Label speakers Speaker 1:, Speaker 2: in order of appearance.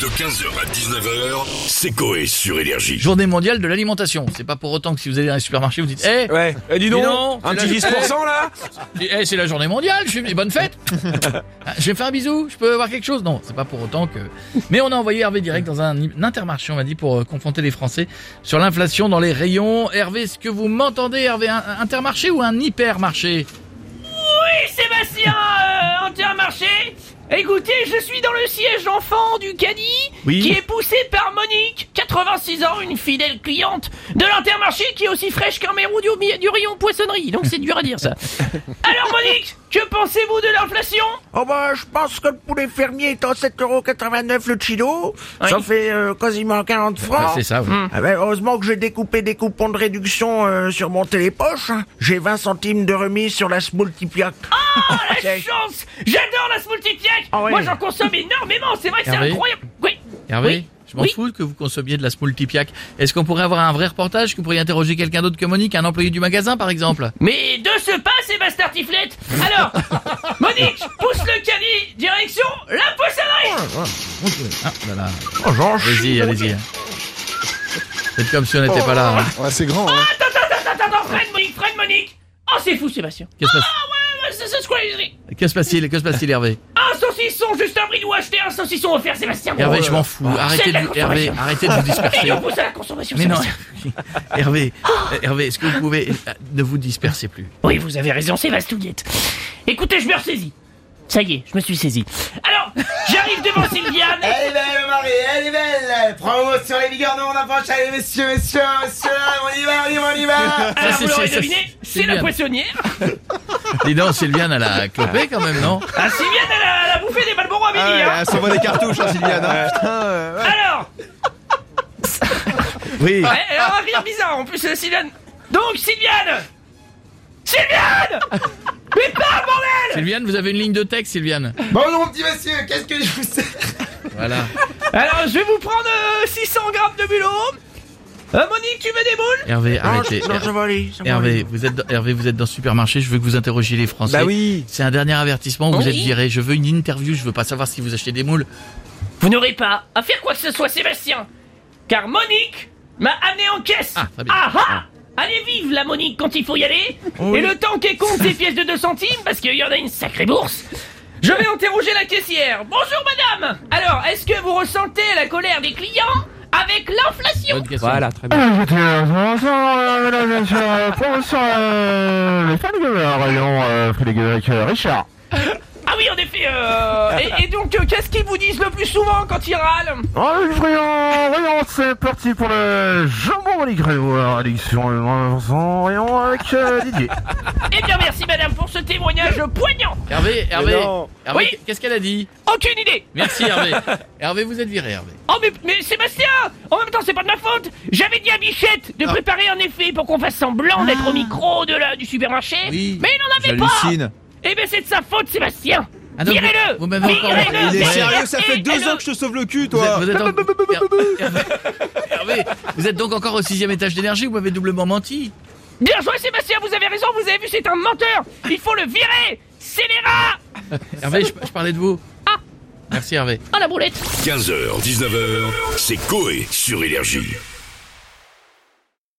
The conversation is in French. Speaker 1: De 15h à 19h, c'est Coé sur Énergie.
Speaker 2: Journée mondiale de l'alimentation. C'est pas pour autant que si vous allez dans les supermarchés, vous dites Eh
Speaker 3: Ouais. Eh, dis donc,
Speaker 2: Dis donc,
Speaker 3: un
Speaker 2: c'est
Speaker 3: petit
Speaker 2: la-
Speaker 3: 10% là
Speaker 2: eh, c'est la journée mondiale, je suis venu- bonne fête Ah, Je vais me faire un bisou, je peux avoir quelque chose Non, c'est pas pour autant que... Mais on a envoyé Hervé direct dans un, un intermarché, on m'a dit, pour euh, confronter les Français sur l'inflation dans les rayons. Hervé, est-ce que vous m'entendez, Hervé un, un intermarché ou un hypermarché
Speaker 4: Oui, Sébastien, euh, intermarché Écoutez, je suis dans le siège enfant du caddie
Speaker 2: Oui.
Speaker 4: qui est poussé par Monique, 86 ans, une fidèle cliente de l'intermarché qui est aussi fraîche qu'un mérou du, du rayon poissonnerie, donc c'est dur à dire ça. Alors Monique, que pensez-vous de l'inflation
Speaker 5: Oh bah, je pense que le poulet fermier étant 7,89€ le kilo, ça
Speaker 4: Oui.
Speaker 5: fait euh, quasiment 40
Speaker 2: Ah,
Speaker 5: francs.
Speaker 2: C'est ça, oui.
Speaker 4: hmm.
Speaker 5: Ah ben, heureusement que j'ai découpé des coupons de réduction euh, sur mon télépoche. hein. J'ai 20 centimes de remise sur la Smultipiac.
Speaker 2: Ah,
Speaker 4: Oh la chance J'adore la smoothie tiac
Speaker 5: Ah ouais.
Speaker 4: Moi j'en consomme énormément, c'est vrai que c'est
Speaker 2: Hervé
Speaker 4: incroyable Oui
Speaker 2: Hervé
Speaker 4: Oui.
Speaker 2: Je m'en
Speaker 4: Oui.
Speaker 2: fous que vous consommiez de la smultipiac. Est-ce qu'on pourrait avoir un vrai reportage, que vous pourriez interroger quelqu'un d'autre que Monique, un employé du magasin par exemple
Speaker 4: Mais de ce pas, Sébastien Tiflette Alors, Monique, pousse le caddie, direction la poissonnerie
Speaker 2: Ah là là,
Speaker 5: Oh, j'en
Speaker 2: allez-y, allez-y. C'est comme si on n'était pas là. hein.
Speaker 6: Ouais, c'est grand, hein.
Speaker 4: Attends, attends, attends, attends, attends, Fred, Monique, Fred, Monique Oh, c'est fou, Sébastien
Speaker 2: Qu'est-ce qui se passe
Speaker 4: Ah ouais, ouais, c'est c'est ce qu'on a dit.
Speaker 2: Que se passe-t-il Que se passe-t-il, Hervé
Speaker 4: Un saucisson, juste un bris, ou acheter un saucisson offert, Sébastien
Speaker 2: Hervé, je m'en fous. Arrêtez
Speaker 4: c'est
Speaker 2: de
Speaker 4: la
Speaker 2: vous, Hervé,
Speaker 4: consommation.
Speaker 2: arrêtez de vous disperser.
Speaker 4: Et on pousse à la consommation,
Speaker 2: Mais non,
Speaker 4: Sébastien
Speaker 2: Hervé, Hervé, est-ce que vous pouvez euh, ne vous disperser plus
Speaker 4: Oui, vous avez raison, Sébastien Tiflette. Écoutez, je me ressaisis. Ça y est, je me suis saisi. Alors, j'arrive devant Sylviane.
Speaker 2: Eh,
Speaker 7: Elle est belle, Marie, elle est belle Bravo sur les bigarnes, on approche, allez, messieurs, messieurs, messieurs, on y va, on y va, on y va
Speaker 4: Alors,
Speaker 2: c'est-
Speaker 4: vous l'aurez
Speaker 2: c'est-
Speaker 4: deviné,
Speaker 2: c'est
Speaker 4: c'est la
Speaker 2: Sylviane.
Speaker 4: poissonnière.
Speaker 2: Dis donc, Sylviane, elle a clopé quand même, non
Speaker 4: Ah, Sylviane, elle a, elle a bouffé des Malboro à midi,
Speaker 6: Ah ouais,
Speaker 4: hein.
Speaker 6: elle s'envoie des cartouches, hein, Sylviane. hein. Putain, euh, ouais.
Speaker 4: Alors, Eh,
Speaker 2: Oui.
Speaker 4: elle, elle a un rire bizarre en plus, euh, Sylviane. Donc, Sylviane Sylviane Mais pas, bordel
Speaker 2: Sylviane, vous avez une ligne de texte, Sylviane.
Speaker 7: Bon non, petit monsieur, qu'est-ce que je vous sers
Speaker 2: Voilà.
Speaker 4: Alors, je vais vous prendre euh, 600 grammes de bulot. Euh, Monique, tu veux des boules
Speaker 2: Arrêtez, arrêtez.
Speaker 5: Non, ça va aller, ça va
Speaker 2: Hervé,
Speaker 5: aller.
Speaker 2: vous êtes dans, Hervé, vous êtes dans le supermarché. Je veux que vous interrogiez les Français.
Speaker 3: Bah oui.
Speaker 2: C'est un dernier avertissement. Vous
Speaker 4: Oui.
Speaker 2: êtes viré. Je veux une interview. Je veux pas savoir si vous achetez des moules.
Speaker 4: Vous n'aurez pas à faire quoi que ce soit, Sébastien. Car Monique m'a amené en caisse.
Speaker 2: Ah, Oh très bien.
Speaker 4: ah Allez vive la Monique quand il faut y aller. Et le temps qu'elle compte ses pièces de 2 centimes, parce qu'il y en a une sacrée bourse. Je vais interroger la caissière. Bonjour madame. Alors, est-ce que vous ressentez la colère des clients avec l'inflation
Speaker 2: Bonne question.
Speaker 3: Voilà, très bien.
Speaker 4: Ah oui, en effet. euh, et, et donc, euh, qu'est-ce qu'ils vous disent le plus souvent quand ils râlent
Speaker 5: Oh, voyons, voyons, c'est parti pour le jambon, les grévoires, élection, voyons, avec Didier.
Speaker 4: Eh bien, merci madame pour ce témoignage poignant.
Speaker 2: Hervé, Hervé,
Speaker 3: non.
Speaker 2: Hervé,
Speaker 4: Oui.
Speaker 2: qu'est-ce qu'elle a dit
Speaker 4: Aucune idée.
Speaker 2: Merci, Hervé. Hervé, vous êtes viré, Hervé.
Speaker 4: Oh mais, mais Sébastien En même temps c'est pas de ma faute J'avais dit à Bichette
Speaker 6: Ah.
Speaker 4: de préparer un effet pour qu'on fasse semblant d'être au micro de la, du supermarché
Speaker 2: Oui.
Speaker 4: Mais il n'en avait pas
Speaker 6: J'hallucine.
Speaker 4: Eh ben c'est de sa faute Sébastien
Speaker 2: Ah, donc,
Speaker 4: Virez-le
Speaker 2: vous m'avez encore-
Speaker 4: Virez-le
Speaker 6: Il est
Speaker 2: Ouais.
Speaker 6: sérieux, ça fait deux
Speaker 4: Virez-le
Speaker 6: ans que je te sauve le cul,
Speaker 2: Vous êtes,
Speaker 6: toi.
Speaker 2: vous êtes en- Hervé, Hervé, vous êtes donc encore au sixième étage d'énergie, vous m'avez doublement menti.
Speaker 4: Bien joué Sébastien, vous avez raison, vous avez vu c'est un menteur Il faut le virer Scélérat
Speaker 2: Hervé, je, je parlais de vous.
Speaker 4: Ah.
Speaker 2: Merci Hervé.
Speaker 4: Oh la Ah, boulette
Speaker 1: 15h, 19h, c'est Coé sur Énergie.